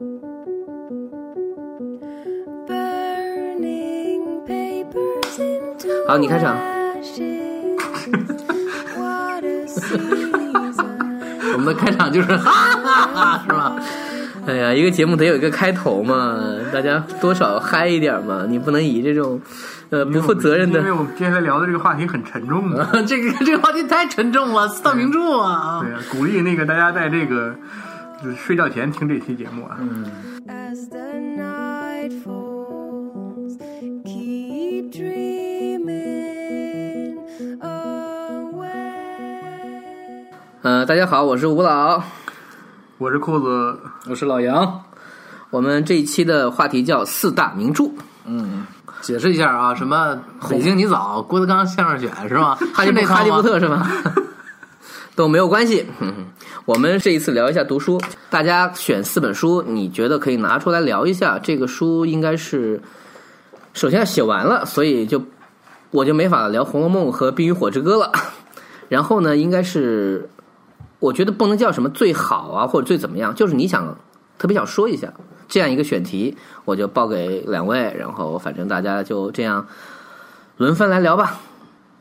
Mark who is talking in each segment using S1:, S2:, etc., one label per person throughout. S1: 好，你开场。 我们的开场就是哈哈哈，是吧？哎呀，一个节目得有一个开头嘛，大家多少嗨一点嘛，你不能以这种呃不负责任的啊
S2: 因为我们接下来聊的这个话题很沉重的，
S1: 这个这个话题太沉重了，四大名著啊
S2: 对。啊，鼓励那个大家在这个就是睡觉前听这期节目啊。
S3: As the night falls, keep dreaming away.
S4: 嗯
S1: 呃，大家好，我是吴老，
S2: 我是裤子，
S4: 我是老杨，
S1: 我们这一期的话题叫四大名著。
S4: 解释一下
S1: 嗯
S4: 啊，什么北京你早，郭德纲相声选是吧？
S1: 哈利
S4: 是那
S1: 波
S4: 套吗
S1: 哈利波特是吗？ 都没有关系。 嗯我们这一次聊一下读书，大家选四本书，你觉得可以拿出来聊一下。这个书应该是首先要写完了，所以就我就没法聊《红楼梦》和《冰与火之歌》了。 然后呢，应该是我觉得不能叫什么最好啊，或者最怎么样，就是你想特别想说一下这样一个选题，我就报给两位，然后反正大家就这样轮番来聊吧，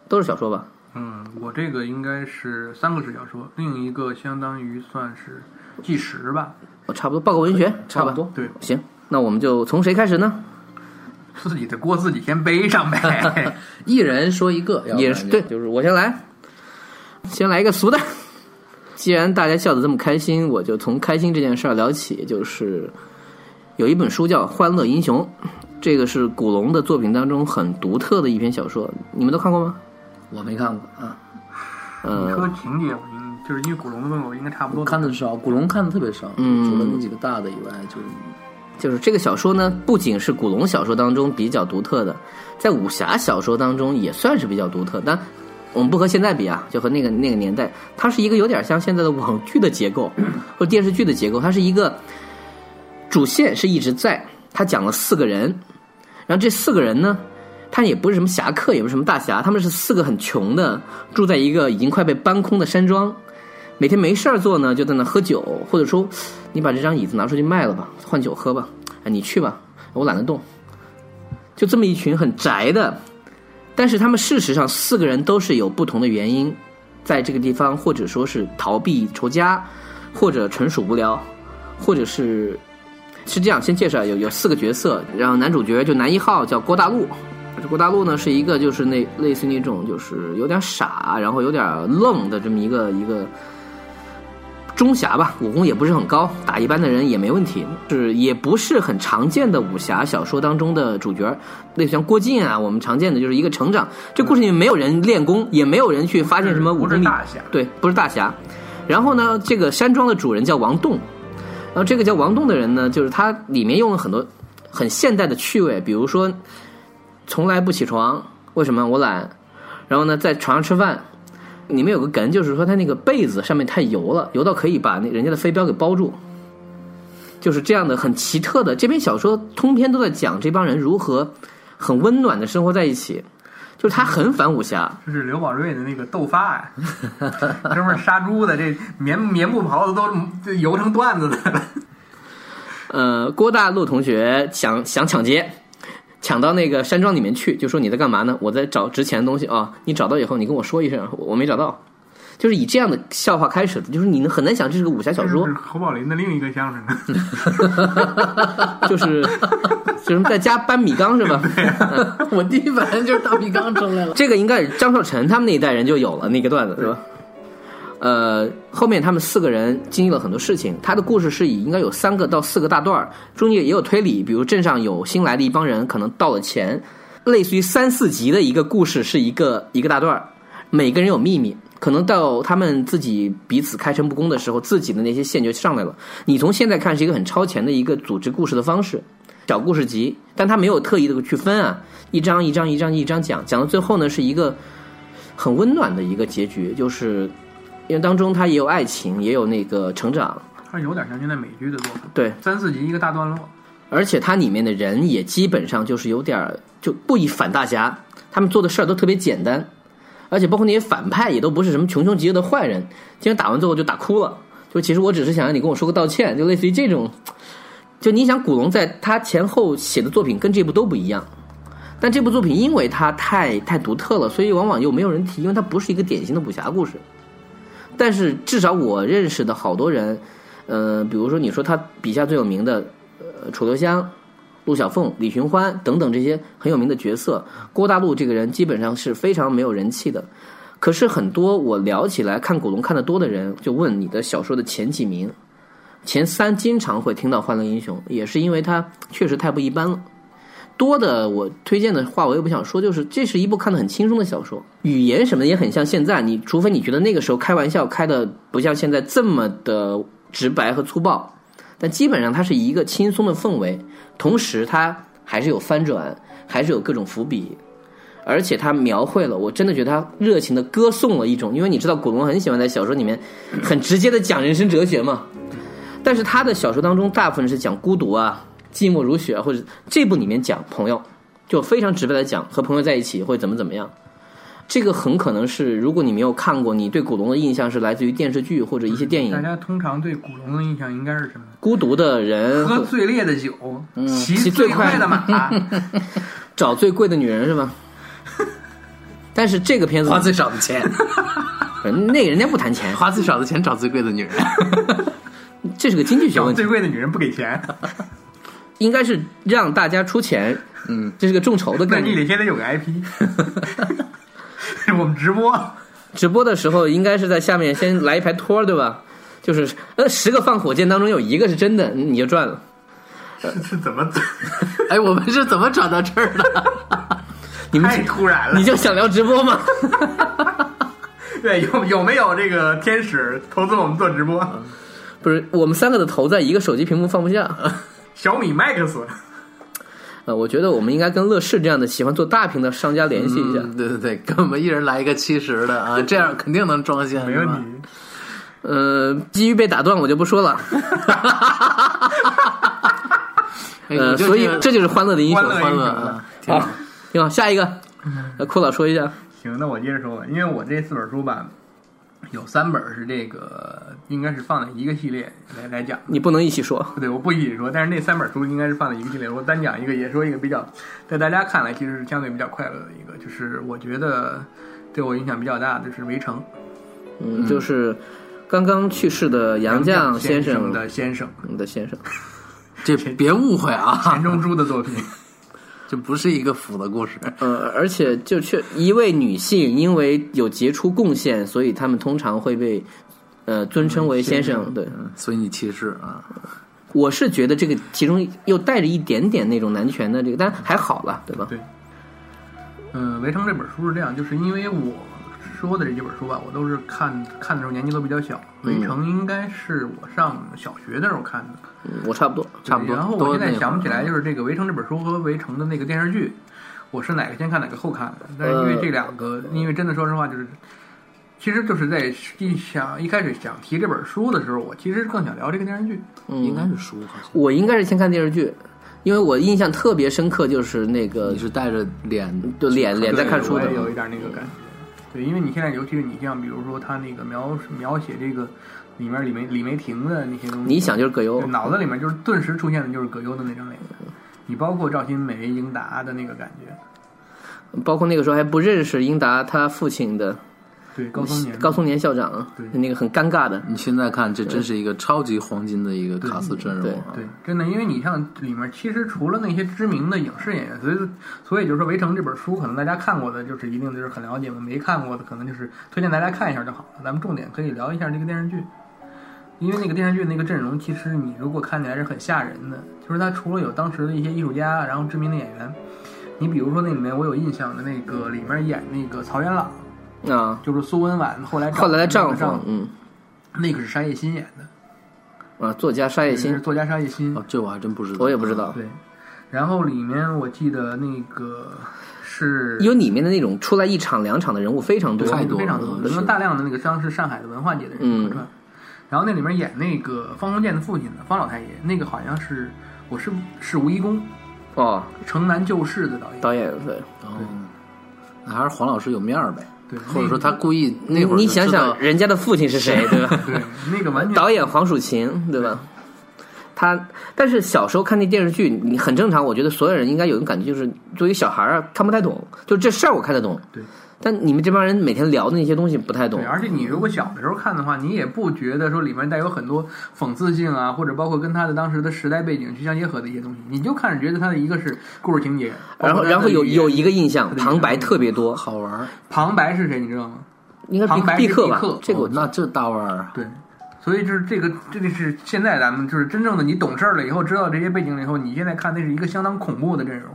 S1: 都是小说吧。
S2: 嗯，我这个应该是三个是小说，另一个相当于算是纪实吧。
S1: 我差不多报个文学，
S4: 差不
S1: 好吧。
S4: 多。
S2: 对，
S1: 行，那我们就从谁开始呢？
S2: 自己的锅自己先背 上呗。
S4: 一人说一个，要不
S1: 也
S4: 然
S1: 是
S4: 就
S1: 对，就是我先来，先来一个俗的。 既然大家笑得这么开心，我就从开心这件事儿聊起。就是有一本书叫《欢乐英雄》，这个是古龙的作品当中很独特的一篇小说，你们都看过吗？
S4: 我没看过啊，
S2: 你
S1: 呃
S2: 说，情节，我应就是因为古龙的问我应该差不多。
S4: 看的少，古龙看的特别少，
S1: 嗯
S4: 除了那几个大的以外，就
S1: 就是这个小说呢，不仅是古龙小说当中比较独特的，在武侠小说当中也算是比较独特。但我们不和现在比啊，就和那个那个年代，它是一个有点像现在的网剧的结构，或者电视剧的结构，它是一个主线是一直在，它讲了四个人，然后这四个人呢，他也不是什么侠客，也不是什么大侠，他们是四个很穷的，住在一个已经快被搬空的山庄，每天没事儿做呢，就在那喝酒，或者说你把这张椅子拿出去卖了吧，换酒喝吧，哎，你去吧，我懒得动。就这么一群很宅的，但是他们事实上四个人都是有不同的原因，在这个地方，或者说是逃避仇家，或者纯属无聊，或者是是这样，先介绍有有四个角色，然后男主角就男一号叫郭大陆，这郭大陆呢是一个就是那类似于那种就是有点傻，然后有点愣的这么一个一个中侠吧，武功也不是很高，打一般的人也没问题，是也不是很常见的武侠小说当中的主角，类似像郭靖啊，我们常见的就是一个成长，这故事里面没有人练功，也没有人去发现什么武
S2: 不是
S1: 功秘
S2: 大侠，
S1: 对，不是大侠。然后呢，这个山庄的主人叫王栋，然后这个叫王栋的人呢，就是他里面用了很多很现代的趣味，比如说从来不起床，为什么我懒？然后呢，在床上吃饭。里面有个梗，就是说他那个被子上面太油了，油到可以把那人家的飞镖给包住，就是这样的很奇特的。这篇小说通篇都在讲这帮人如何很温暖的生活在一起，就是他很反武侠，
S2: 就是刘宝瑞的那个斗发呀、 哥们儿杀猪的，这棉棉布袍子都都油成缎子的了。
S1: 呃，郭大陆同学想想抢劫，抢到那个山庄里面去，就说你在干嘛呢？我在找值钱的东西啊、你找到以后，你跟我说一声，我我没找到。就是以这样的笑话开始的，就是你能很难想这是个武侠小说
S2: 这是，侯宝林的另一个相声呢。啊
S1: 就是就是在家搬米缸是吧？
S4: 我第一反应就是大米缸出来了。
S1: 这个应该是张少晨他们那一代人就有了那个段子，是吧？呃，后面他们四个人经历了很多事情，他的故事是以应该有三个到四个大段儿，中间也有推理，比如镇上有新来的一帮人，可能到了钱，类似于三四集的一个故事是一个一个大段儿，每个人有秘密，可能到他们自己彼此开诚布公的时候，自己的那些线就上来了。你从现在看是一个很超前的一个组织故事的方式，小故事集，但他没有特意的去分啊，一章一章一章一章讲，讲到最后呢是一个很温暖的一个结局，就是因为当中它也有爱情，也有那个成长，
S2: 它有点像现在美剧的做法，
S1: 对，
S2: 三四集一个大段落。
S1: 而且它里面的人也基本上就是有点儿就不以反大侠，他们做的事儿都特别简单，而且包括那些反派也都不是什么穷凶极恶的坏人，经常打完最后就打哭了。就其实我只是想让你跟我说个道歉，就类似于这种。就你想，古龙在他前后写的作品跟这部都不一样，但这部作品因为它太太独特了，所以往往又没有人提，因为它不是一个典型的武侠故事。但是至少我认识的好多人，呃，比如说你说他笔下最有名的，呃，楚留香、陆小凤、李寻欢等等这些很有名的角色，郭大陆这个人基本上是非常没有人气的。可是很多我聊起来看古龙看得多的人，就问你的小说的前几名，前三经常会听到《欢乐英雄》，也是因为它确实太不一般了。多的我推荐的话，我也不想说，就是这是一部看得很轻松的小说，语言什么的也很像现在。你除非你觉得那个时候开玩笑开的不像现在这么的直白和粗暴，但基本上它是一个轻松的氛围，同时它还是有翻转，还是有各种伏笔，而且它描绘了，我真的觉得它热情的歌颂了一种，因为你知道古龙很喜欢在小说里面很直接的讲人生哲学嘛，但是他的小说当中大部分是讲孤独啊、寂寞如雪啊，或者这部里面讲朋友，就非常直白的讲和朋友在一起会怎么怎么样。这个很可能是，如果你没有看过，你对古龙的印象是来自于电视剧或者一些电影
S2: 大。家通常对古龙的印象应该是什么？
S1: 孤独的人
S2: 喝最烈的酒，骑
S1: 嗯骑最
S2: 最
S1: 快
S2: 快的马，
S1: 找最贵的女人是吧？但是这个片子
S4: 花最少的钱，
S1: 那个人家不谈钱，
S4: 花最少的钱找最贵的女 人。
S1: 这是个经济学
S2: 找
S1: 问题
S2: 最，贵的女人不给钱，
S1: 应该是让大家出钱，
S4: 嗯，
S1: 这是个众筹的
S2: 那
S1: 概
S2: 你
S1: 念。
S2: 得先得有个 IP。我们直播，
S1: 直播的时候应该是在下面先来一排托儿，对吧？就是呃，十个放火箭当中有一个是真的，你就赚了。
S2: 这这怎么
S4: 哎，我们是怎么转到这儿 的？
S1: 你们
S2: 太突然了
S1: 你？就想聊直播吗？
S2: 对，有有没有这个天使投资我们做直播？
S1: 不是，我们三个的头在一个手机屏幕放不下。
S2: 小米 Max
S1: 呃，我觉得我们应该跟乐视这样的喜欢做大屏的商家联系一下。
S4: 嗯对对对，跟我们一人来一个七十的 啊，这样肯定能装下，
S2: 没
S4: 是吧
S2: 问题。
S1: 呃，机遇被打断，我就不说了。
S4: 哎
S1: 呃，
S4: 你就是
S1: 所以这就是欢乐的英雄
S2: 欢。乐
S4: 欢乐
S2: 英雄
S4: 啊
S2: 了，
S4: 挺
S1: 好
S4: 好。，
S1: 挺好。下一个，呃，酷老说一下。
S2: 行，那我接着说吧，因为我这四本书吧，有三本是这个应该是放在一个系列来来讲。
S1: 你不能一起说。
S2: 不对，我不一起说，但是那三本书应该是放在一个系列。我单讲一个，也说一个比较，在大家看来其实是相对比较快乐的一个，就是我觉得对我影响比较大的就是《围城》
S1: 嗯，就是刚刚去世的杨绛
S2: 先
S1: 先生
S2: 的先生
S1: 嗯的先生，
S4: 这别误会啊，
S2: 钱钟书的作品。
S4: 这不是一个腐的故事。
S1: 呃，而且就确一位女性，因为有杰出贡献，所以他们通常会被呃尊称为先生。对，
S4: 嗯所以你歧视啊？
S1: 我是觉得这个其中又带着一点点那种男权的这个，但还好了，对吧？
S2: 对嗯，《围城》这本书是这样，就是因为我说的这几本书吧，我都是看看的时候年纪都比较小，《围城》应该是我上小学的时候看的，
S1: 嗯我差不多。
S4: 差不多。
S2: 然后我
S4: 都
S2: 现
S4: 那
S2: 在
S4: 会儿
S2: 想不起来，就是这个《围城》这本书和《围城》的那个电视剧，我是哪个先看哪个后看的。但是因为这两个，因为真的说实话，就是其实就是在一想一开始想提这本书的时候，我其实更想聊这个电视剧。
S1: 嗯，
S4: 应该是书，好像
S1: 我应该是先看电视剧，因为我印象特别深刻，就是那个
S4: 你是带着脸
S1: 就脸脸在看书
S2: 对
S1: 的
S2: 我也。有一点那个感觉。对，因为你现在尤其是你像比如说他那个描描写这个里面李梅李梅婷的那些东西，
S1: 你想就是葛优
S2: 对，脑子里面就是顿时出现的就是葛优的那张脸。你包括赵新梅、英达的那个感觉，
S1: 包括那个时候还不认识英达他父亲的
S2: 对高松年
S1: 高松年校长，啊
S2: 对
S1: 那个很尴尬的。
S4: 你现在看，这真是一个超级黄金的一个卡斯阵容啊！
S2: 对，真的，因为你像里面其实除了那些知名的影视演员，所以所以就是说《围城》这本书，可能大家看过的就是一定就是很了解嘛，没看过的可能就是推荐大家看一下就好了。咱们重点可以聊一下这个电视剧，因为那个电视剧那个阵容，其实你如果看起来是很吓人的，就是它除了有当时的一些艺术家，然后知名的演员，你比如说那里面我有印象的那个里面演那个曹元朗，
S1: 啊，
S2: 就是苏文琬后来
S1: 后来的丈夫
S2: 夫，，
S1: 嗯，
S2: 那个是沙叶新演的，
S1: 啊，作家沙叶
S2: 也是
S1: 新，
S2: 作家沙叶新
S4: 哦，这我还真不知道，
S1: 我也不知道，
S2: 对，然后里面我记得那个是
S1: 因为里面的那种出来一场两场的人物非常多，哦
S4: 太
S2: 非常
S4: 多
S2: 多
S4: 了，
S2: 因
S4: 是
S2: 为大量的那个当时上海的文化界的人
S1: 嗯
S2: 客串。然后那里面演那个方鸿渐的父亲的方老太爷，那个好像是我是是吴一公，
S1: 哦，
S2: 《城南旧事》的导演。
S1: 导演对，
S4: 哦，那还是黄老师有面儿呗。
S2: 对，
S4: 或者说他故意那会儿
S1: 你
S4: 就知道
S1: 想想，人家的父亲是谁，对吧？
S2: 对那个完全
S1: 导演黄蜀芹，对吧？他，但是小时候看那电视剧，你很正常。我觉得所有人应该有一种感觉，就是作为小孩儿看不太懂，就这事儿我看得懂。
S2: 对。
S1: 但你们这帮人每天聊的那些东西不太懂
S2: 对，，而且你如果小的时候看的话，你也不觉得说里面带有很多讽刺性啊，或者包括跟他的当时的时代背景去相结合的一些东西，你就看着觉得它的一个是故事情节，
S1: 然后
S2: 包括它的
S1: 然后有
S2: 语言
S1: 有一个印象，
S2: 对
S1: 旁白特别多，
S4: 好玩儿，
S2: 旁白是谁，你知道吗？
S1: 应该
S2: 旁
S1: 是
S2: 白
S1: 毕
S2: 是
S1: 克
S2: 毕
S1: 吧
S2: 克？嗯
S1: 这个我
S4: 哦那这大腕儿啊，
S2: 对，所以就是这个，这个是现在咱们就是真正的你懂事儿了以后，知道这些背景了以后，你现在看那是一个相当恐怖的阵容，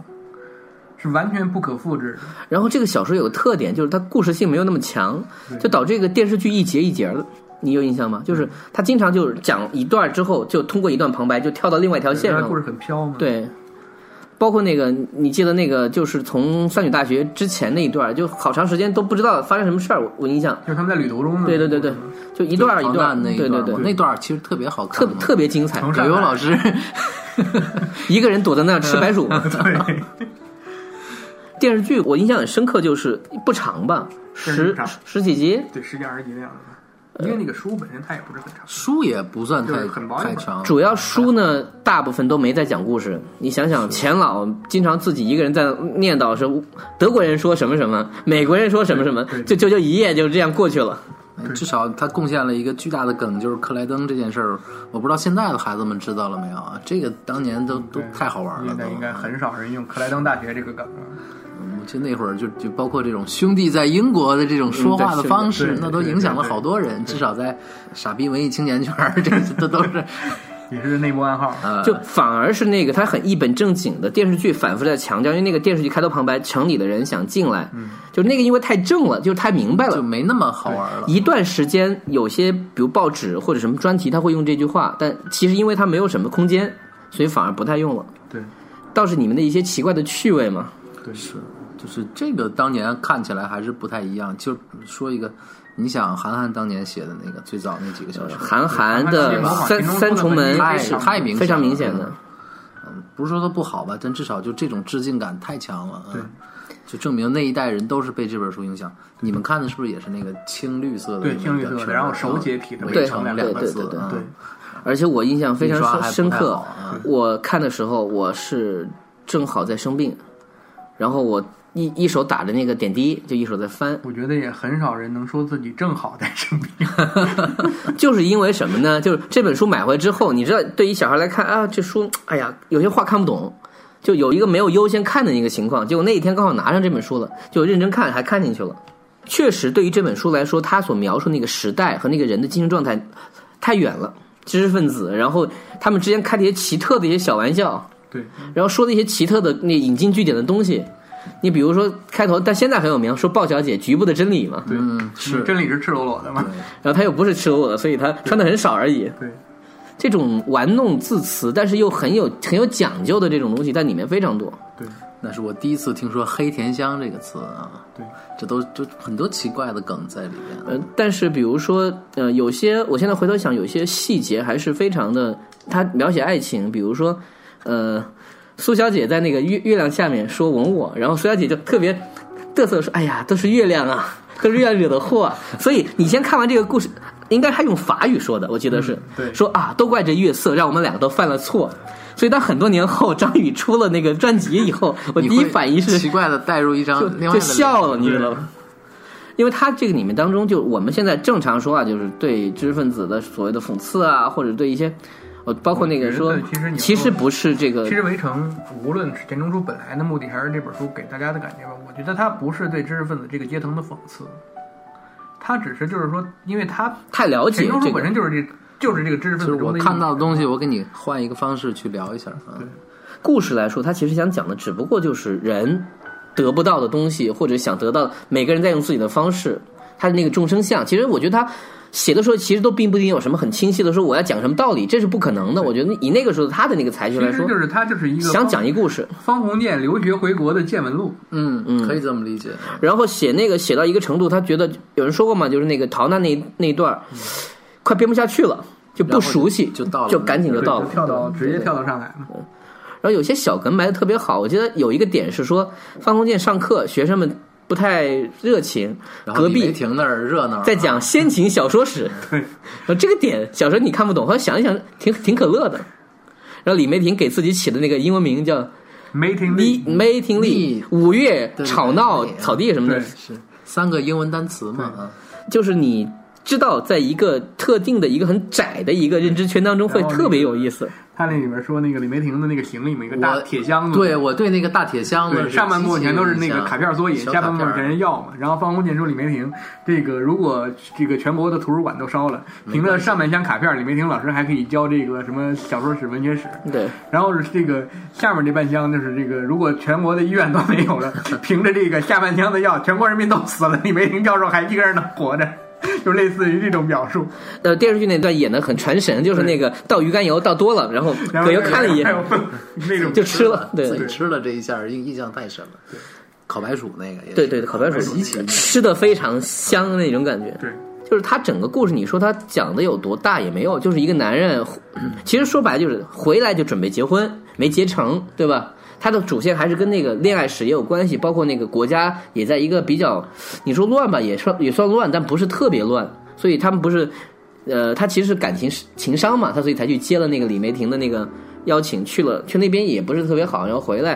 S2: 是完全不可复制的。
S1: 然后这个小说有个特点，就是它故事性没有那么强，就导致这个电视剧一节一节的。你有印象吗？就是它经常就是讲一段之后，就通过一段旁白就跳到另外一条线
S2: 这
S1: 上
S2: 段
S1: 了
S2: 故。事很飘嘛。，
S1: 对，包括那个，你记得那个，就是从三女大学之前那一段，就好长时间都不知道发生什么事儿。我我印象，
S2: 就是他们在旅途中的。
S1: 对对对对，就一段儿一
S4: 就
S1: 段
S4: 唐
S1: 儿，
S4: 旦那一
S1: 对对
S4: 段儿
S1: 对，
S4: 嘛那段儿其实特别好
S1: 特
S4: 看嘛，
S1: 特别精彩。
S2: 成
S4: 葛优哎老师
S1: 一个人躲在那儿吃
S4: 嗯
S1: 白薯。
S2: 对，
S1: 电视剧我印象很深刻，就是不长吧，
S2: 是不
S1: 十
S2: 长
S1: 十几集，
S2: 对十几二十集那样的，因为那个书本身它也不是很长，
S4: 书也不算
S2: 就
S4: 太
S2: 是很薄一本
S4: 太长，
S1: 主要书呢，大部分都没在讲故事。你想想，钱老经常自己一个人在念叨说德国人说什么什么，美国人说什么什么
S2: 对，
S1: 就就就一页就这样过去了。
S4: 哎至少他贡献了一个巨大的梗，就是克莱登这件事儿，我不知道现在的孩子们知道了没有啊？这个当年都都
S2: 对
S4: 太好玩了，
S2: 现
S4: 都
S2: 在。应该很少人用克莱登大学这个梗了。
S4: 我记得那会儿就就包括这种兄弟在英国的这种说话的方
S2: 嗯对
S4: 式
S2: 是，的
S4: 那都影响了好多人，至少在傻逼文艺青年圈儿，这这都是
S2: 也是内部暗号，
S4: 呃
S1: 就反而是那个他很一本正经的电视剧反复在强调，因为那个电视剧开头旁白，城里的人想进来，就那个因为太正了，就是太明白
S4: 就
S1: 了。
S4: 没那么好玩了。
S1: 一段时间，有些比如报纸或者什么专题，他会用这句话，但其实因为他没有什么空间，所以反而不太用了。
S2: 对，
S1: 倒是你们的一些奇怪的趣味嘛，
S2: 对是，
S4: 就是这个当年看起来还是不太一样。就说一个，你想韩寒当年写的那个最早那几个小说，
S2: 呃
S1: 韩寒
S2: 对
S1: 的
S2: 韩寒
S1: 三
S2: 这个
S1: 三重门
S4: 太
S1: 是
S4: 太明显了
S1: 非常明显的
S4: 嗯。不是说它不好吧，但至少就这种致敬感太强了。
S2: 对
S4: 嗯，就证明那一代人都是被这本书影响。你们看的是不是也是那个青绿色的那
S2: 对
S4: 个
S2: 青绿色的
S4: 片儿
S2: 然后手写体的
S4: 围
S1: 对
S4: 成
S1: 对
S4: 两个
S1: 对
S4: 字
S1: 对，
S4: 嗯
S2: 对，
S1: 而且我印象非
S4: 印刷
S1: 常
S4: 还
S1: 深深
S4: 不太
S1: 刻
S4: 好。嗯
S1: 我看的时候，我是正好在生病，然后我一一手打着那个点滴，就一手在翻，
S2: 我觉得也很少人能说自己正好在生病。
S1: 就是因为什么呢？就是这本书买回之后，你知道，对于小孩来看啊，这书，哎呀，有些话看不懂，就有一个没有优先看的一个情况。结果那一天刚好拿上这本书了，就认真看，还看进去了。确实，对于这本书来说，他所描述那个时代和那个人的精神状态太远了。知识分子，然后他们之间开的一些奇特的一些小玩笑，
S2: 对，
S1: 然后说的一些奇特的那引经据典的东西。你比如说开头，但现在很有名，说鲍小姐局部的真理嘛，
S2: 对，嗯，
S4: 是
S2: 真理是赤裸裸的嘛？
S1: 然后她又不是赤裸裸的，所以她穿的很少而已。
S2: 对，
S1: 这种玩弄字词，但是又很有很有讲究的这种东西在里面非常多。
S2: 对，
S4: 那是我第一次听说“黑甜香”这个词啊，
S2: 对，
S4: 这都就很多奇怪的梗在里面。
S1: 呃，但是比如说，呃，有些我现在回头想，有些细节还是非常的。他描写爱情，比如说，呃，苏小姐在那个月月亮下面说吻我，然后苏小姐就特别嘚瑟地说：“哎呀，都是月亮啊， 都是月亮惹的祸、啊。”所以你先看完这个故事，应该还用法语说的，我记得是、
S4: 嗯
S2: 对
S1: 说啊，都怪这月色，让我们两个都犯了错。所以当很多年后张宇出了那个专辑以后，我第
S4: 你
S1: 一
S4: 会
S1: 反应 是
S4: 奇怪的带入一张
S1: 就
S4: 啊另外
S1: 就
S4: 的
S1: 笑了，
S4: 脸
S1: 你知道吗？因为他这个里面当中，就我们现在正常说啊，就是对知识分子的所谓的讽刺啊，或者对一些，呃，包括那个说
S2: 我觉得其实，你
S1: 其实
S2: 说
S1: 不是这个
S2: 其，实《呃围城》无论是钱钟书本来的目的，还是这本书给大家的感觉吧，我觉得它不是对知识分子这个阶层的讽刺，它只是就是说，因为它
S1: 太了
S2: 钱
S1: 解
S2: 钟
S1: 这
S2: 书本
S1: 个。
S2: 身就是这就是这个知识分
S4: 就是
S2: 子
S4: 我
S2: 中的一
S4: 看到
S2: 种
S4: 的东西，我给你换一个方式去聊一下啊。
S1: 故事来说，他其实想讲的只不过就是人得不到的东西，或者想得到，每个人在用自己的方式，他的那个众生相。其实我觉得他写的时候，其实都并不一定有什么很清晰的说我要讲什么道理，这是不可能的。我觉得以那个时候他的那个才学来
S2: 其实
S1: 说，
S2: 就是它就是一个
S1: 想讲一故事，
S2: 方鸿渐留学回国的见闻录，
S4: 嗯嗯，可以这么理解。
S1: 然后写那个写到一个程度，他觉得有人说过嘛，就是那个逃难那那一段儿，快编不下去了，就不熟悉，
S4: 然后就就到了
S1: 就赶紧就
S2: 对
S1: 到
S2: 就
S1: 了，
S2: 跳到
S1: 对
S2: 直接。
S1: 对
S2: 跳到上海嘛，
S1: 然后有些小梗埋的特别好，我记得有一个点是说，方鸿渐上课，学生们不太热情，
S4: 然后
S1: 隔
S4: 李梅
S1: 壁
S4: 婷那儿热闹啊，
S1: 在讲先秦小说史，然后这个点小时候你看不懂，后来想一想挺挺可乐的。然后李梅婷给自己起的那个英文名叫
S2: 没听
S1: 李
S2: 力，
S1: 梅婷丽
S4: 丽，
S1: 五月
S4: 对
S1: 吵闹
S4: 对对
S1: 草地什么的
S2: 对，
S4: 是三个英文单词嘛啊，
S1: 就是你知道，在一个特定的一个很窄的一个认知圈当中，会
S2: 然后那个
S1: 特别有意思。
S2: 他那里面说那个李梅婷的那个行李里面一个大
S4: 我
S2: 铁箱子，
S4: 啊对我对那个大铁箱子
S2: 对，
S4: 是
S2: 呃上半部
S4: 极其
S2: 全都是
S4: 有
S2: 那
S4: 印
S2: 个
S4: 象
S2: 卡片作业，
S4: 小
S2: 下
S4: 卡
S2: 半部
S4: 片
S2: 全是药嘛。然后方鸿渐说李梅婷，这个如果这个全国的图书馆都烧了，凭着上半箱卡片，李梅婷老师还可以教这个什么小说史、文学史。
S1: 对，
S2: 然后是这个下面这半箱就是这个，如果全国的医院都没有了，凭着这个下半箱的药，全国人民都死了，李梅婷教授还一个人能活着，就类似于这种表述。
S1: 呃，电视剧那段演的很传神，就是那个倒鱼肝油倒多了，然后
S2: 然后
S1: 葛优看了一
S2: 还有
S1: 眼
S2: 那种
S1: 就吃了。对
S4: 自己吃了这一下，印印象太深了。烤白薯那个也是，
S1: 对对，烤白薯
S4: 极其印象
S1: 吃的非常香的那种感觉。
S2: 对
S1: 就是他整个故事，你说他讲的有多大也没有，就是一个男人，其实说白了就是回来就准备结婚，没结成，对吧？他的主线还是跟那个恋爱史也有关系，包括那个国家也在一个比较，你说乱吧，也算也算乱，但不是特别乱，所以他们不是，呃，他其实是感情情商嘛，他所以才去接了那个李梅婷的那个邀请，去了去那边也不是特别好，然后回来，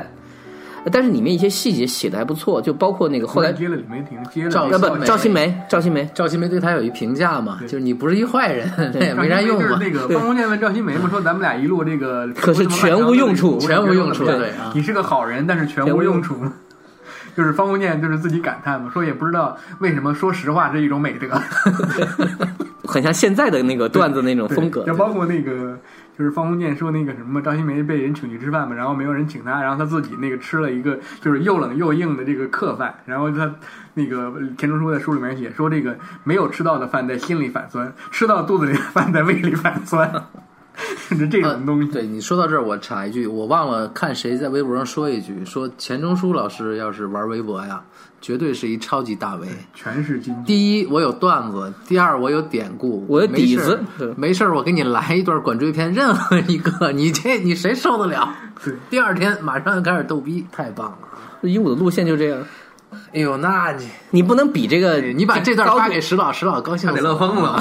S1: 呃但是里面一些细节写的还不错，就包括那个后来，
S2: 接了李梅婷，接了
S4: 赵
S1: 呃不
S4: 赵，
S1: 赵新梅，赵新梅，
S4: 赵新梅对他有一评价嘛，
S2: 对
S4: 就是你不是一坏人，那也没啥用
S2: 就是
S4: 嘛。
S2: 那个方鸿渐问赵新梅嘛，说咱们俩一路这个，
S1: 可是全无用处
S4: 全无用处
S2: 对
S4: 对啊
S2: 你是个好人，但是全无用处。 就是方鸿渐就是自己感叹嘛，说也不知道为什么，说实话是一种美德。
S1: 很像现在的那个段子那种 风格
S2: 对。就包括那个就是方鸿渐说那个什么赵新梅被人请去吃饭嘛，然后没有人请他，然后他自己那个吃了一个就是又冷又硬的这个客饭，然后他那个钱钟书在书里面写说这个没有吃到的饭在心里反酸，吃到肚子里的饭在胃里反酸， 就这种东
S1: 呃
S2: 西。
S4: 对你说到这儿，我插一句，我忘了看谁在微博上说一句，说钱钟书老师要是玩微博呀，绝对是一超级大 V。
S2: 全是金句。
S4: 第一，我有段子；第二，我有典故，
S1: 我有底子
S4: 没事
S1: 对
S4: 儿，没事儿我给你来一段管锥片，任何一个， 你这你谁受得了？
S2: 对，
S4: 第二天马上就开始逗逼，太棒了！
S1: 鹦鹉的路线就这样，
S4: 哎呦，那你
S1: 你不能比这个，
S4: 你把这段
S1: 高度
S4: 发给石老，石老高兴
S2: 差点乐疯了。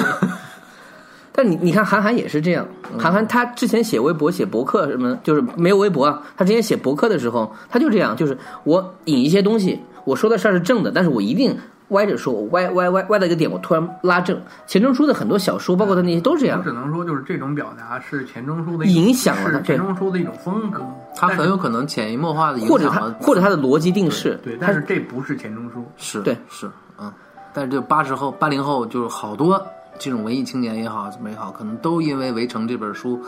S1: 但你你看韩寒也是这样，
S4: 嗯
S1: 韩寒他之前写微博、写博客什么，就是没有微博啊，他之前写博客的时候，他就这样，就是我引一些东西，我说的事儿是正的，但是我一定歪着说，我歪歪歪歪到一个点，我突然拉正。钱钟书的很多小说，包括他那些都是这
S2: 我
S1: 样
S4: 嗯
S2: 只，能说，就是这种表达是钱钟书的一种
S1: 影响了他
S2: 是钱
S1: 对，
S2: 钟书的一种风格。
S4: 他
S2: 但
S4: 很
S2: 是
S4: 有可能潜移默化的影
S1: 或者
S4: 响
S1: 他
S4: 了，
S1: 或者他的逻辑定式，
S2: 对，
S1: 他
S2: 但是这不是钱钟书。
S4: 是
S1: 对
S4: 是嗯，但是就八十后、八零后，就是好多这种文艺青年也好，怎么也好，可能都因为《围城》这本书，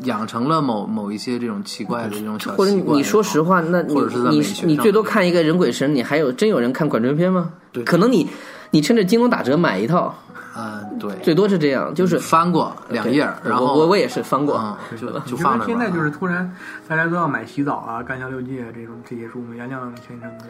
S4: 养成了某某一些这种奇怪的这种小习
S1: 或者
S4: 惯也
S1: 你
S4: 好。
S1: 你说实话，那你
S4: 或者是在
S1: 你
S4: 美学
S1: 你
S4: 上
S1: 最多
S4: 面
S1: 看一个人鬼神，你还有真有人看管春片吗？
S4: 对
S1: 可能你你趁着京东打折买一套，
S4: 啊、对，
S1: 最多是这样，就是
S4: 翻过两页儿，
S1: 对
S4: 然后
S1: 我我我也是翻过，
S4: 嗯，就 就
S2: 你说
S4: 放那儿吧。嗯
S2: 现在就是突然大家都要买《洗澡》啊、《干校六记》啊这种这些书嘛，原谅先生的。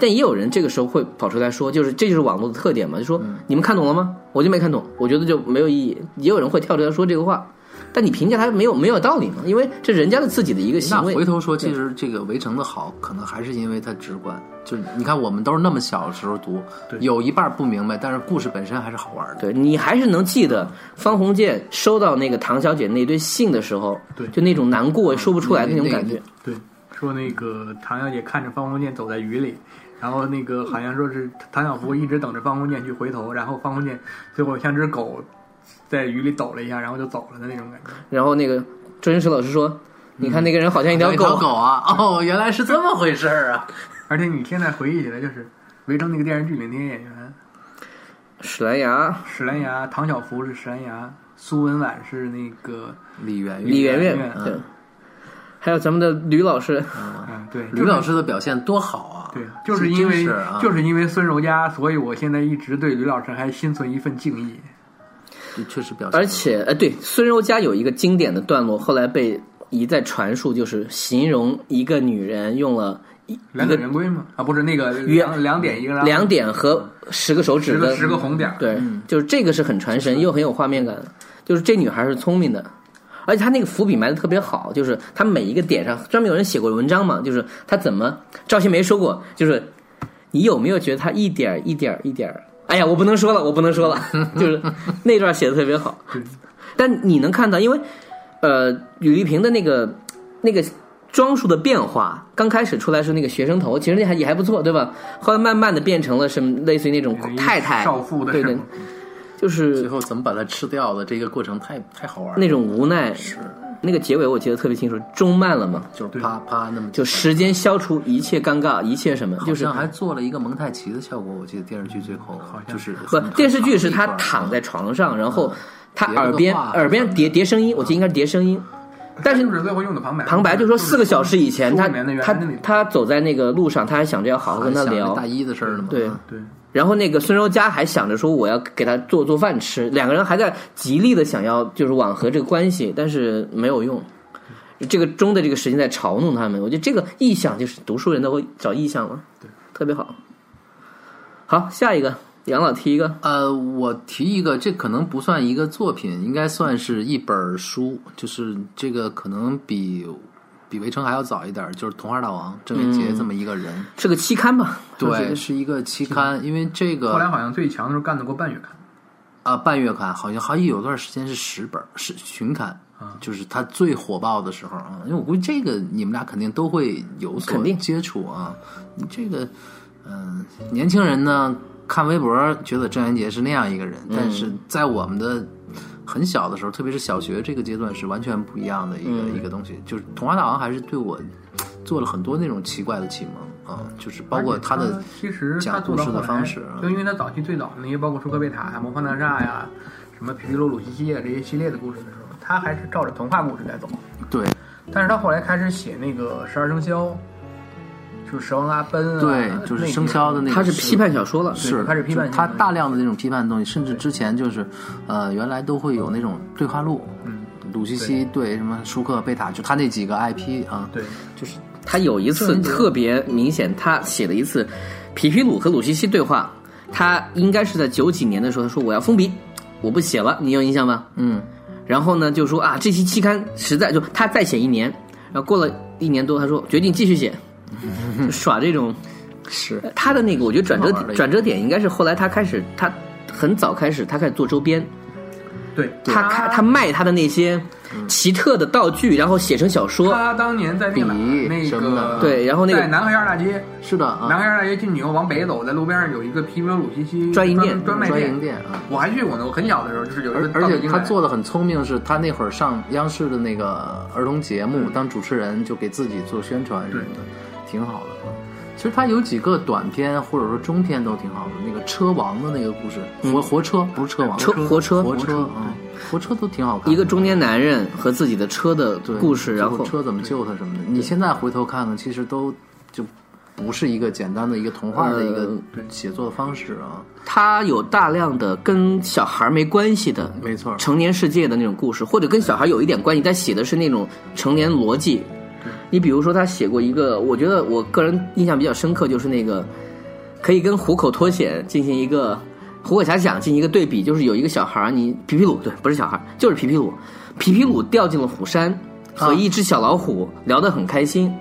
S1: 但也有人这个时候会跑出来说，就是这就是网络的特点嘛，就说
S4: 嗯
S1: 你们看懂了吗？我就没看懂，我觉得就没有意义。也有人会跳出来说这个话，但你评价他没有没有道理嘛，因为这人家的自己的一个
S4: 那
S1: 行为
S4: 回。头说，其实这个《围城》的好，可能还是因为它直观。就是你看，我们都是那么小的时候读，有一半不明白，但是故事本身还是好玩的。
S1: 对你还是能记得方鸿渐收到那个唐小姐那堆信的时候，
S2: 对
S1: 就那种难过说不出来的那种
S4: 嗯那个
S1: 感觉。
S2: 对，说那个唐小姐看着方鸿渐走在雨里，然后那个好像说是唐小福一直等着方鸿渐去回头，然后方鸿渐最后像只狗在雨里抖了一下，然后就走了的那种感觉。
S1: 然后那个周星驰老师说：“你看那个人好像一条
S4: 嗯一
S1: 狗。
S4: 条狗啊！哦，原来是这么回事儿啊！
S2: 而且你现在回忆起来，就是《围城》那个电视剧里那些演员，
S1: 史莱牙、
S2: 史兰芽、唐小福是史兰芽，苏文琬是那个，
S4: 李嗯媛媛，
S1: 李媛媛
S2: 李媛，媛
S1: 对，还有咱们的吕老师，
S2: 嗯，对，
S4: 吕老师的表现多好啊！
S2: 对，就是因为、
S4: 真是啊
S2: 就是因为孙柔嘉，所以我现在一直对吕老师还心存一份敬意。
S4: 对确实表现，
S1: 而且呃，对，孙柔嘉有一个经典的段落，后来被一再传述，就是形容一个女人用了一
S2: 两点圆规嘛，啊，不是那个两两点一个拉
S1: 两点和十个手指
S2: 十个
S1: 的
S2: 十个红点儿，嗯
S1: 对，就是这个是很传神又很有画面感的，就是这女孩是聪明的。而且她那个伏笔埋的特别好，就是她每一个点上，专门有人写过文章嘛，就是她怎么赵新梅说过，就是你有没有觉得他一点儿一点儿一点儿？哎呀，我不能说了，我不能说了， 就是那段写的特别好。但你能看到，因为呃，吕丽萍的那个那个装束的变化，刚开始出来是那个学生头，其实那还也还不错，对吧？后来慢慢的变成了什么，类似于那种太太，
S2: 少妇的
S1: 对对
S2: 是吗，
S1: 就是
S4: 最后怎么把它吃掉的这个过程太太好玩了，
S1: 那种无奈。那个结尾我记得特别清楚，中慢了嘛，
S4: 就是啪啪那么
S1: 就时间消除一切尴尬，一切什么，
S4: 好
S1: 就是
S4: 像还做了一个蒙太奇的效果，我记得电视剧最后
S2: 嗯像
S4: 就是
S1: 不
S4: 很
S1: 电视剧是他
S4: 很
S2: 啊
S1: 躺在床上，然
S2: 嗯
S1: 后他
S4: 叠了个
S1: 耳边
S4: 画
S1: 耳边叠叠声音，我记得应该是叠声音。但
S2: 是
S1: 是
S2: 嗯不是最后用的旁白？
S1: 旁白就说四个小时以前，
S2: 书
S1: 他
S2: 里面的原来
S1: 他
S2: 那里
S1: 他走在那个路上，他还想着要好好跟
S4: 很
S1: 他
S4: 想那
S1: 聊
S4: 大。一的事儿了嘛，
S1: 对
S4: 啊
S2: 对，
S1: 然后那个孙柔嘉还想着说我要给他做做饭吃，两个人还在极力的想要就是挽和这个关系，但是没有用。这个钟的这个时间在嘲弄他们，我觉得这个意象就是读书人都会找意象嘛，
S2: 对，
S1: 特别好。好，下一个杨老提一个，
S4: 呃，我提一个，这可能不算一个作品，应该算是一本儿书，就是这个可能比比《围城》还要早一点儿，就是《童话大王》郑渊
S1: 嗯
S4: 洁这么一个人，
S1: 是个期刊吧？
S4: 对，是一个期刊，因为这个
S2: 后来好像最强的时候干得过半月刊，
S4: 啊，半月刊好像好像有段时间是十本儿是巡刊，
S2: 啊
S4: 就是它最火爆的时候啊。因为我估计这个你们俩肯定都会有所
S1: 肯定
S4: 接触啊。你这个，嗯、年轻人呢看微博觉得郑渊洁是那样一个人，但是
S2: 嗯
S4: 在我们的很小的时候，特别是小学这个阶段是完全不一样的一个、
S2: 嗯
S4: 一个东西。就是《童话大王》还是对我做了很多那种奇怪的启蒙啊，就是包括他
S2: 而且
S4: 的
S2: 其实他
S4: 讲
S2: 做
S4: 故
S2: 到
S4: 事
S2: 后
S4: 的
S2: 来
S4: 方式啊
S2: 就因为他早期最早的那些，包括舒克贝塔呀、魔方大厦呀、什么皮皮鲁鲁西西啊这些系列的故事的时候，他还是照着童话故事在走。
S4: 对
S2: 但是他后来开始写那个十二生肖，就是蛇王阿奔啊，
S4: 对，就是生肖的那个
S1: 他是
S4: 时
S1: 批判小说了，
S4: 是，
S2: 它是批判
S4: 就
S2: 性
S4: 它
S2: 的
S4: 大量的那种批判的东西，甚至之前就是，呃，原来都会有那种对话录，
S2: 嗯，
S4: 鲁西西对什么舒克贝塔，就他那几个 IP 啊，
S2: 对，
S4: 就是
S1: 他有一次特别明显，他写了一次皮皮鲁和鲁西西对话，他应该是在九几年的时候，他说我要封笔，我不写了，你有印象吗？
S4: 嗯，
S1: 然后呢，就说啊，这期期刊实在就他再写一年，然后过了一年多，他说决定继续写， 就耍这种
S4: 是
S1: 他的那个，我觉得转折
S4: 挺好玩的一个
S1: 转折点应该是后来他开始，他很早开始，他开始做周边，
S2: 对
S1: 他开他卖他的那些
S4: 嗯
S1: 奇特的道具，然后写成小说，
S2: 他当年在那个
S4: 笔
S2: 那
S4: 什么
S2: 个
S4: 的
S1: 对然后那个
S2: 在南河沿大街，
S4: 是的
S2: 南
S4: 啊，
S2: 河沿大街进去以后往北走，在路边上有一个皮皮鲁西西
S1: 专营店
S2: 专卖
S4: 专营店啊。
S2: 我还去过呢，我很小的时候就是有一
S4: 而
S2: 个
S4: 而
S2: 到北
S4: 且
S2: 京
S4: 他
S2: 来，
S4: 做的很聪明，是他那会儿上央视的那个儿童节目
S2: 嗯
S4: 当主持人，就给自己做宣传什么的，挺好的啊。其实他有几个短片或者说中片都挺好的，那个车王的那个故事，
S2: 嗯
S4: 活活车不是车王，
S1: 车活车
S4: 活车啊，活车都挺好看的。
S1: 一个中年男人和自己的车的
S4: 对
S1: 故事，
S4: 最
S1: 然
S4: 后
S1: 后
S4: 车怎么救他什么的，你现在回头看看，其实都就不是一个简单的一个童话
S1: 呃
S4: 的一个写作的方式啊。
S1: 他有大量的跟小孩没关系的，
S4: 没错
S1: 成年世界的那种故事，或者跟小孩有一点关系，但写的是那种成年逻辑。你比如说，他写过一个，我觉得我个人印象比较深刻，就是那个可以跟虎口脱险进行一个虎口遐想进行一个对比，就是有一个小孩儿，你皮皮鲁对，不是小孩儿，就是皮皮鲁，皮皮鲁掉进了虎山，和一只小老虎聊得很开心。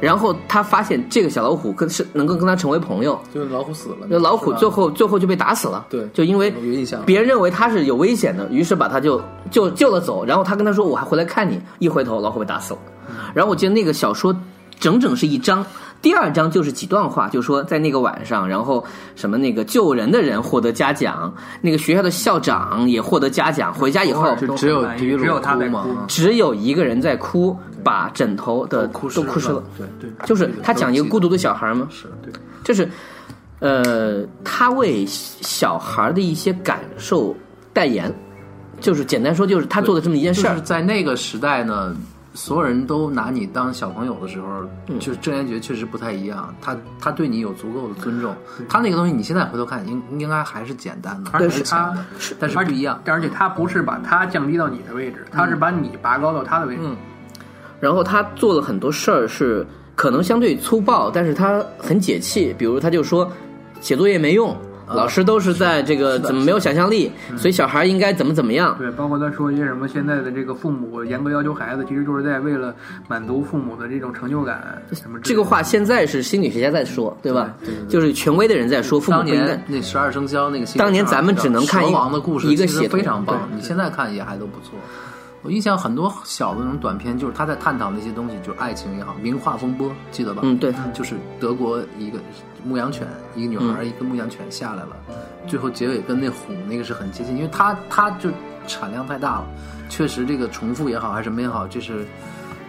S1: 然后他发现这个小老虎跟是能够跟他成为朋友，
S4: 就是老虎死了，
S1: 那老虎最后最后就被打死了，
S4: 对
S1: 就因为
S4: 有印象
S1: 别人认为他是有危险的，于是把他就就救了走。然后他跟他说：“我还回来看你。”一回头，老虎被打死了。
S4: 嗯
S1: 然后我记得那个小说整整是一章，第二章就是几段话，就说在那个晚上，然后什么那个救人的人获得嘉奖，那个学校的校长也获得嘉奖。回家以后，
S4: 就只有皮皮鲁
S2: 只有他在
S4: 哭嘛
S2: 哭
S4: 啊
S1: 只有一个人在哭，把枕头的
S4: 都哭湿
S1: 都哭湿了
S4: 了。，对对，
S1: 就是他讲一个孤独的小孩嘛，
S4: 是
S1: 就是，呃，他为小孩的一些感受代言，就是简单说，就是他做的这么一件事
S4: 就
S1: 儿
S4: 是。在那个时代呢，所有人都拿你当小朋友的时候，
S1: 嗯
S4: 就是郑渊洁确实不太一样，他他对你有足够的尊重，他那个东西你现在回头看，应应该还是简单的，
S2: 而且
S4: 还是浅
S2: 他
S4: 的，但是不一样。嗯
S2: 而且他不是把他降低到你的位置，他是把你拔高到他的位置。
S1: 然后他做了很多事儿是可能相对粗暴，但是他很解气。比如他就说，写作业没用，老师都啊是在这个怎么没有想象力，所以小孩应该怎么怎么样。
S2: 对，包括他说一些什么现在的这个父母严格要求孩子，其实就是在为了满足父母的这种成就感什么之
S1: 这
S2: 类的。
S1: 个话现在是心理学家在说，对吧？就是权威的人在说，父母
S4: 当
S1: 不应该
S4: 年。那十二生肖那个新闻上，
S1: 当年咱们只能看一
S4: 蛇王的故事，
S1: 一个
S4: 其实
S1: 系统
S4: 非常棒。
S1: 对
S4: 你现在看也还都不错。我印象很多小的那种短片，就是他在探讨那些东西，就是爱情也好，名画风波，记得吧？
S1: 嗯，对，
S4: 就是德国一个牧羊犬，一个女
S1: 嗯
S4: 孩儿，一个牧羊犬下来了，最后结尾跟那虎那个是很接近，因为它它就产量太大了，确实这个重复也好，还是什么也好，这是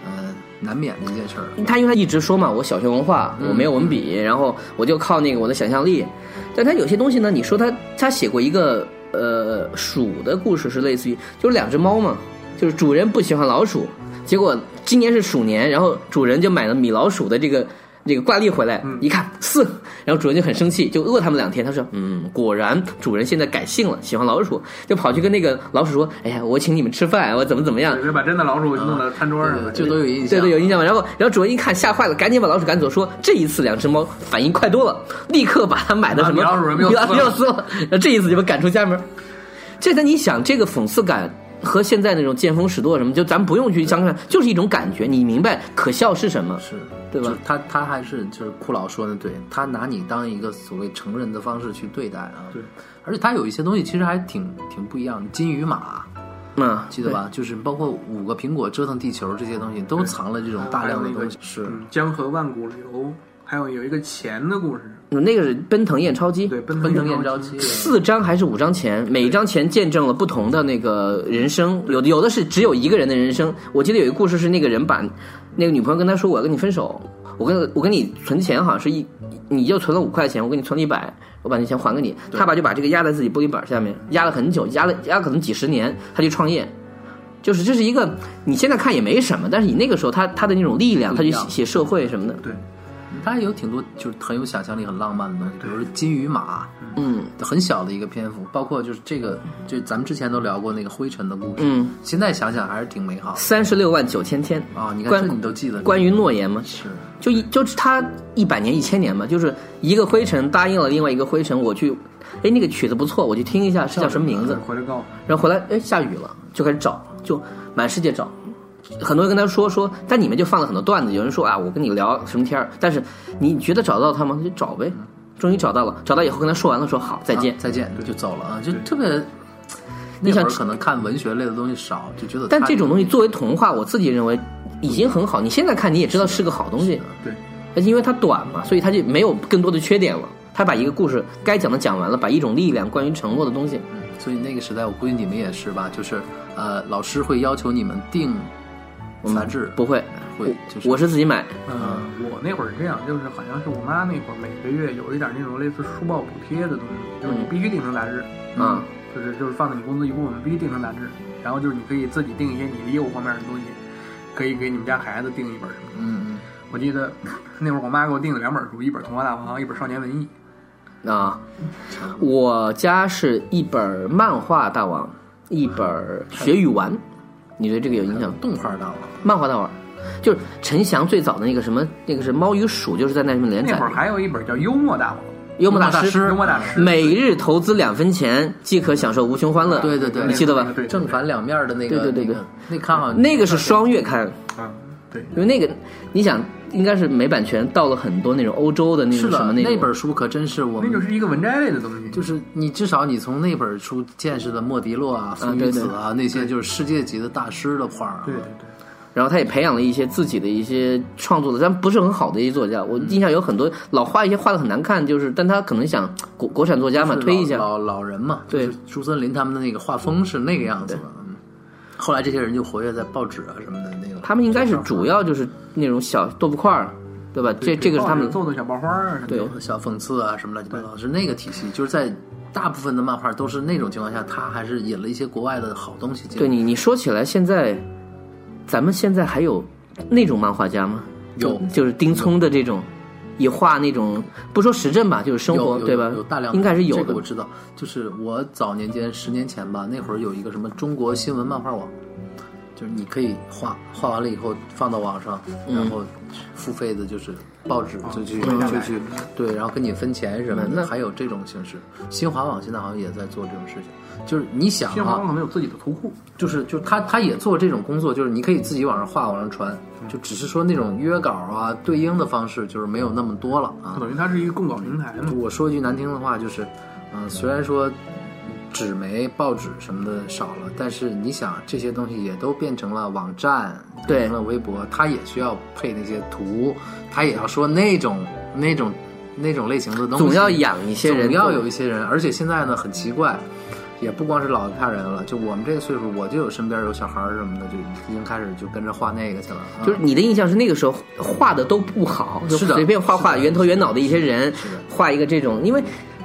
S4: 呃难免的一件事儿。
S1: 他因为他一直说嘛，我小学文化，我没有文笔，然后我就靠那个我的想象力。但他有些东西呢，你说他他写过一个呃鼠的故事，是类似于就是两只猫嘛，就是主人不喜欢老鼠，结果今年是鼠年，然后主人就买了米老鼠的这个。这个挂历回来一看四，然后主人就很生气，就饿他们两天。他说：“嗯，果然主人现在改姓了，喜欢老鼠，就跑去跟那个老鼠说：‘哎呀，我请你们吃饭，我怎么怎么样。’
S2: 对，把真的老鼠弄到餐桌上
S4: 嗯对
S2: 了，
S4: 这都有印象。
S1: 对对，有印象吧？然后，然后主人一看吓坏了，赶紧把老鼠赶走，说这一次两只猫反应快多了，立刻把它买的什么
S2: 啊米老鼠没有
S1: 米老
S2: 撕了
S1: 没有撕了，然后这一次就被赶出家门。这在你想，这个讽刺感和现在那种见风使舵什么，就咱不用去相看，就是一种感觉，你明白可笑是什么？
S4: 是，
S1: 对吧
S4: 就他他还是就是库老说的对，他拿你当一个所谓成人的方式去对待啊。
S2: 对，
S4: 而且他有一些东西其实还挺挺不一样，金鱼马。
S1: 嗯，
S4: 记得吧？就是包括五个苹果折腾地球这些东西，都藏了这种大量的东西。是，
S2: 嗯江河万古流，还有有一个钱的故事，
S1: 对？嗯那个是奔腾验钞机，
S2: 对，奔
S4: 奔腾
S2: 燕
S4: 燕昭期，
S1: 四张还是五张钱，每一张钱见证了不同的那个人生，有的有的是只有一个人的人生。我记得有一个故事是那个人把那个女朋友跟他说我要跟你分手，我跟我跟你存钱好像是一，你就存了五块钱，我给你存了一百，我把那钱还给你。他爸就把这个压在自己玻璃板下面，压了很久，压了压了可能几十年，他去创业。就是这是一个你现在看也没什么，但是你那个时候他他的那种力量，他
S4: 不
S1: 去
S4: 一样
S1: 写写社会什么的，
S2: 对，
S4: 他有挺多就是很有想象力、很浪漫的东西，比如说金鱼马，
S1: 嗯
S4: 很小的一个篇幅，包括就是这个，就咱们之前都聊过那个灰尘的故事，
S1: 嗯，
S4: 现在想想还是挺美好的
S1: 三十六万九千天
S4: 啊。你看
S1: 关
S4: 这你都记得，
S1: 关于诺言吗？
S4: 是
S1: 就一就是他一百年一千年嘛，就是一个灰尘答应了另外一个灰尘，我去，哎，那个曲子不错，我去听一下，是叫什么名
S4: 嗯
S1: 字？
S2: 嗯回来告诉
S1: 然后回来，哎，下雨了，就开始找，就满世界找。很多人跟他说说，但里面就放了很多段子。有人说啊，我跟你聊什么天儿，但是你觉得找得到他吗？就找呗。
S4: 嗯
S1: 终于找到了，找到以后跟他说完了，说好再见
S4: 啊。再见就走了啊，就特别。
S1: 你
S4: 那会
S1: 想
S4: 儿可能看文学类的东西少，就觉得
S1: 但
S4: 他
S1: 这种东西作为童话，我自己认为已经很好。你现在看你也知道是个好东西，
S2: 对，
S1: 而且因为它短嘛，所以它就没有更多的缺点了。他把一个故事该讲的讲完了，把一种力量、关于承诺的东西，
S4: 所以那个时代，我估计你们也是吧，就是呃，老师会要求你们定杂志，
S1: 不会，
S4: 会就是
S1: 我是自己买，
S2: 呃，我那会儿是这样，就是好像是我妈那会儿每个月有一点那种类似书报补贴的东西，就是你必须订成杂志，
S1: 嗯，
S2: 就是就是放在你工资一部分必须订成杂志，然后就是你可以自己订一些你的业务方面的东西，可以给你们家孩子订一本什么的。
S4: 嗯
S2: 我记 得那会儿我妈给我订了两本书，一本《童话大王》，一本《少年文艺
S1: 啊，
S2: 嗯
S1: 我家是一本漫画大王，一本
S2: 嗯
S1: 学语丸，你对这个有影响吗
S4: 嗯，？动画大王，
S1: 漫画大王就是陈翔最早的那个什么，那个是《猫与鼠》，就是在那上面连》，
S2: 那
S1: 载
S2: 会。儿还有一本叫《幽默大王》，
S1: 幽默大
S4: 大
S1: 师
S4: 师，
S2: 幽默大师。
S1: 每日投资两分钱即可享受无穷欢乐。
S4: 对对对
S1: 你记得吧？
S2: 对，
S4: 正反两面的那个，
S1: 对对对对
S4: 那个，那看好
S1: 那个是双月刊，
S2: 啊，对，
S1: 因为那个你想应该是美版权到了很多那种欧洲的那
S4: 是
S1: 种什
S4: 的，
S1: 么种
S4: 那本书可真是我
S2: 那就
S4: 们。
S2: 是一个文摘类的东西，
S4: 就是你至少你从那本书见识了莫迪洛啊、风
S1: 对
S4: 雨
S1: 对
S4: 子啊那些就是世界级的大师的画儿啊，
S2: 对对对。
S1: 然后他也培养了一些自己的一些创作的，但不是很好的一些作家。我印象有很多老画一些画的很难看，就是但他可能想国国产作家嘛
S4: 就是
S1: 推一下，
S4: 老老老人嘛，
S1: 对，
S4: 朱森林他们的那个画风是那个样子的。嗯后来这些人就活跃在报纸啊什么的那个，
S1: 他们应该是主要就是那种小豆腐块儿，对吧？这这个是他们
S2: 做的小爆花儿什么的。
S1: 对
S4: 小讽刺啊什么乱七八糟，是那个体系，就是在大部分的漫画都是那种情况下，他还是引了一些国外的好东西进来。
S1: 对你你说起来，现在咱们现在还有那种漫画家吗？
S4: 有
S1: 就就是丁聪的这种，也画那种不说时政吧，就是生
S4: 有
S1: 活
S4: 有
S1: 对吧？
S4: 有大量的
S1: 应该是有
S4: 这
S1: 的
S4: 个我。知道，就是我早年间十年前吧，那会儿有一个什么中国新闻漫画网，就是你可以画画完了以后放到网上，然
S1: 嗯
S4: 后付费的就是报纸就去
S2: 嗯
S4: 就去对，然后跟你分钱什么
S1: 那
S4: 的，还有这种形式。新华网现在好像也在做这种事情，就是你想
S2: 新华网
S4: 啊，
S2: 可能有自己的图库，
S4: 就是就是他他也做这种工作，就是你可以自己往上画往上传，
S2: 嗯
S4: 就只是说那种约稿啊对应的方式就是没有那么多了啊。
S2: 等于它是一个供稿平台嘛。
S4: 我说一句难听的话，就是，嗯、虽然说纸媒、报纸什么的少了，但是你想，这些东西也都变成了网站，
S1: 对
S4: 变成了微博，它也需要配那些图，它也要说那种那种那种类型的东西，
S1: 总要养一些人，
S4: 总要有一些人，而且现在呢很奇怪，也不光是老一派人了，就我们这个岁数，我就有身边有小孩儿什么的，就已经开始就跟着画那个去了，啊
S1: 就是你的印象是那个时候画的都不好，就是
S4: 的
S1: 随便画画
S4: 是的
S1: 圆头圆脑的一些人
S4: 是的，
S1: 画一个这种，因为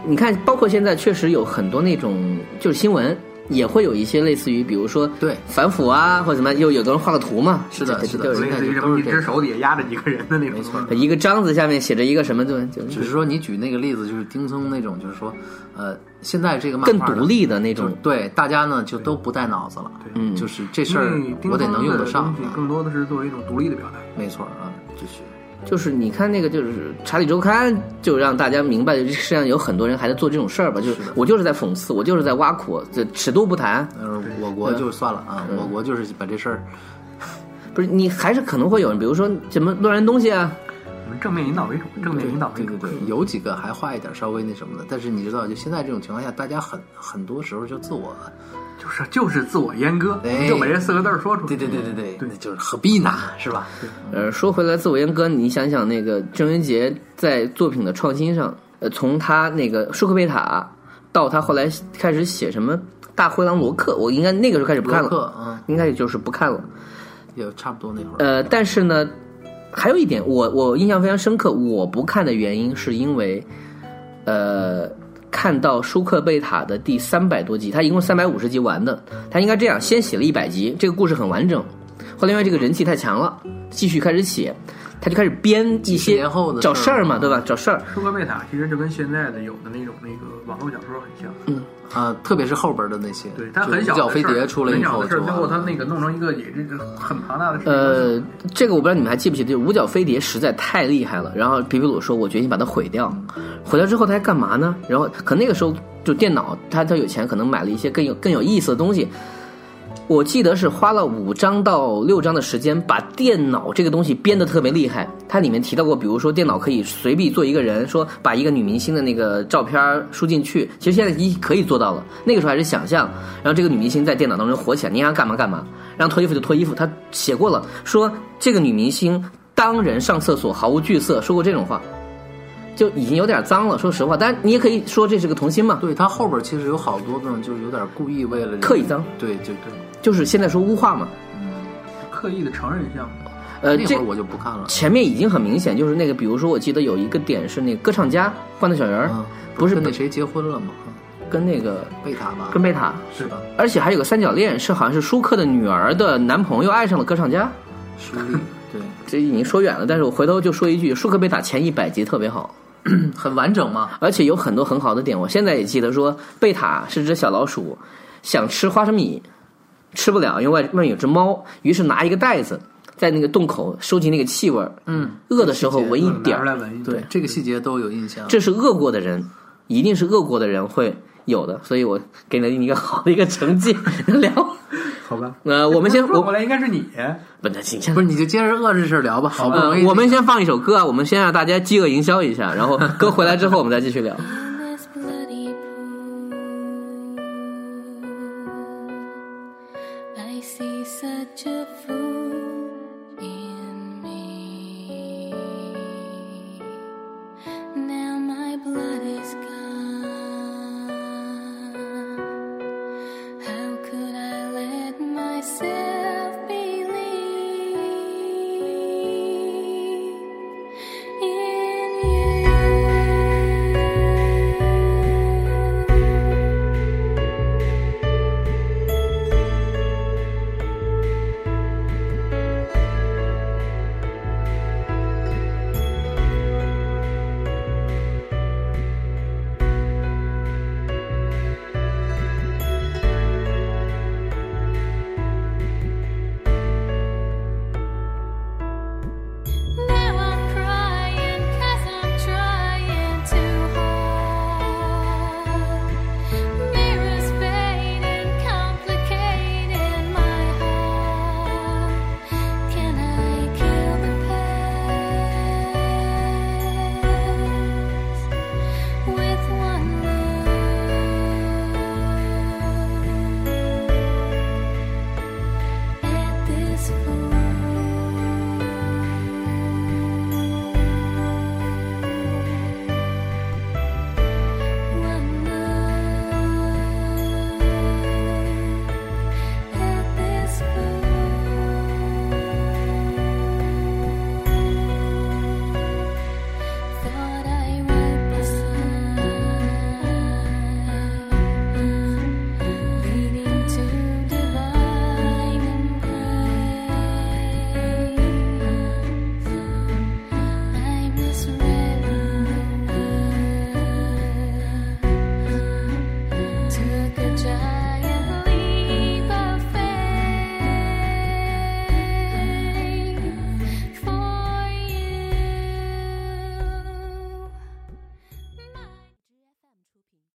S1: 你看，包括现在确实有很多那种就是新闻。也会有一些类似于，比如说
S4: 对
S1: 反腐啊，或者什么，又有的人画个图嘛，
S4: 是的
S1: 这
S4: 是的
S1: 这这
S4: 所
S1: 这
S4: 以
S2: 类似于什么一只手底下压着几个人的那种，没错
S1: 一个章子下面写着一个什么，就就
S4: 只是说你举那个例子，就是丁聪那种，就是说，呃，现在这个漫
S1: 更
S4: 画呢
S1: 独立的那
S4: 就是
S1: 种，
S4: 对大家呢就都不带脑子了，
S1: 嗯
S4: 就是这事儿我得能用得上，啊
S2: 更多的是作为一种独立的表达。
S4: 没错啊，就是
S1: 就是你看那个，就是《查理周刊》，就让大家明白，这世界上有很多人还在做这种事儿吧。就是
S4: 是的
S1: 我就是在讽刺，我就是在挖苦，这尺度不谈。
S4: 呃，我国就算了啊，我国就是把这事儿
S1: 不是你还是可能会有人，比如说什么乱扔东西啊，
S2: 我们正面引导为主，正面引导为
S4: 对
S2: 主
S4: 对。对，有几个还画一点稍微那什么的，但是你知道，就现在这种情况下，大家很很多时候就自我，
S2: 就是就是自我阉割，
S4: 哎
S2: 就把这四个字儿说出来。
S4: 对对对对对，
S2: 对
S4: 那就是何必呢，是吧？
S1: 呃，说回来，自我阉割，你想想那个郑渊洁在作品的创新上，呃，从他那个舒克贝塔到他后来开始写什么大灰狼罗克，我应该那个时候开始不看
S4: 博
S1: 了，
S4: 客嗯，
S1: 应该也就是不看了。
S4: 也差不多那会儿，
S1: 呃，但是呢，还有一点，我我印象非常深刻，我不看的原因是因为，呃，看到舒克贝塔的第三百多集，他一共三百五十集完的，他应该这样，先写了一百集，这个故事很完整，后来因为这个人气太强了，继续开始写，他就开始编一
S4: 十
S1: 些
S4: 年后的
S1: 找
S4: 事
S1: 事
S4: 儿
S1: 儿
S4: 嘛
S1: 嘛，对吧？找事儿，
S2: 舒克贝塔其实就跟现在的有的那种那个网络小说很像，
S1: 呃
S4: 啊，特别是后边的那些，
S2: 对，它
S4: 就
S2: 很
S4: 一
S2: 小
S4: 角
S2: 的
S4: 飞
S2: 事儿
S4: 碟出来以
S2: 很小
S4: 后
S2: 的事
S4: 就
S2: 儿，
S4: 完
S2: 最
S4: 了，
S2: 后它那个弄成一个也这个很庞大的事。
S1: 呃，这个我不知道你们还记不记得，就五角飞碟实在太厉害了。然后皮皮鲁说：“我决定把它毁掉。”毁掉之后他还干嘛呢？然后可那个时候就电脑，他他有钱，可能买了一些更有更有意思的东西。我记得是花了五章到六章的时间，把电脑这个东西编得特别厉害。它里面提到过，比如说电脑可以随便做一个人，说把一个女明星的那个照片输进去，其实现在已经可以做到了。那个时候还是想象，然后这个女明星在电脑当中火起来，你让她干嘛干嘛，让脱衣服就脱衣服。她写过了，说这个女明星当人上厕所毫无惧色，说过这种话，就已经有点脏了。说实话，但你也可以说这是个童心嘛，
S4: 对他后边其实有好多呢，就是有点故意为了
S1: 刻意脏，
S4: 对对对，
S1: 就是现在说污化嘛。
S2: 刻意的承认项目，
S1: 呃，
S4: 那
S1: 这
S4: 会儿我就不看了。
S1: 前面已经很明显，就是那个，比如说，我记得有一个点是那个歌唱家欢乐小圆儿、
S4: 嗯，
S1: 不是
S4: 跟那谁结婚了吗？嗯
S1: 跟那个
S4: 贝塔吧，
S1: 跟贝塔，
S4: 是吧？
S1: 而且还有个三角恋，是好像是舒克的女儿的男朋友爱上了歌唱家。
S4: 舒丽， 对，
S1: 这已经说远了，但是我回头就说一句，舒克贝塔前一百集特别好，
S4: 很完整嘛。
S1: 而且有很多很好的点。我现在也记得说，贝塔是只小老鼠，想吃花生米，吃不了，因为外外面有只猫，于是拿一个袋子在那个洞口收集那个气味儿，
S4: 嗯，
S1: 饿的时候闻一点
S2: 拿出
S1: 儿
S2: 来闻一
S4: 对，这个细节都有印象。
S1: 这是饿过的人，一定是饿过的人会有的，所以我给了你一个好的一个成绩 能聊。
S2: 好吧。
S1: 呃，我们 先
S2: 说
S1: 我
S2: 过来应该是你，
S1: 不能形象
S4: 不。是你就接着饿这事儿聊吧，好不容易
S1: 呃，我们先放一首歌啊，我们先让大家饥饿营销一下，然后歌回来之后我们再继续聊。
S3: in this bloody pool. I see such a fool.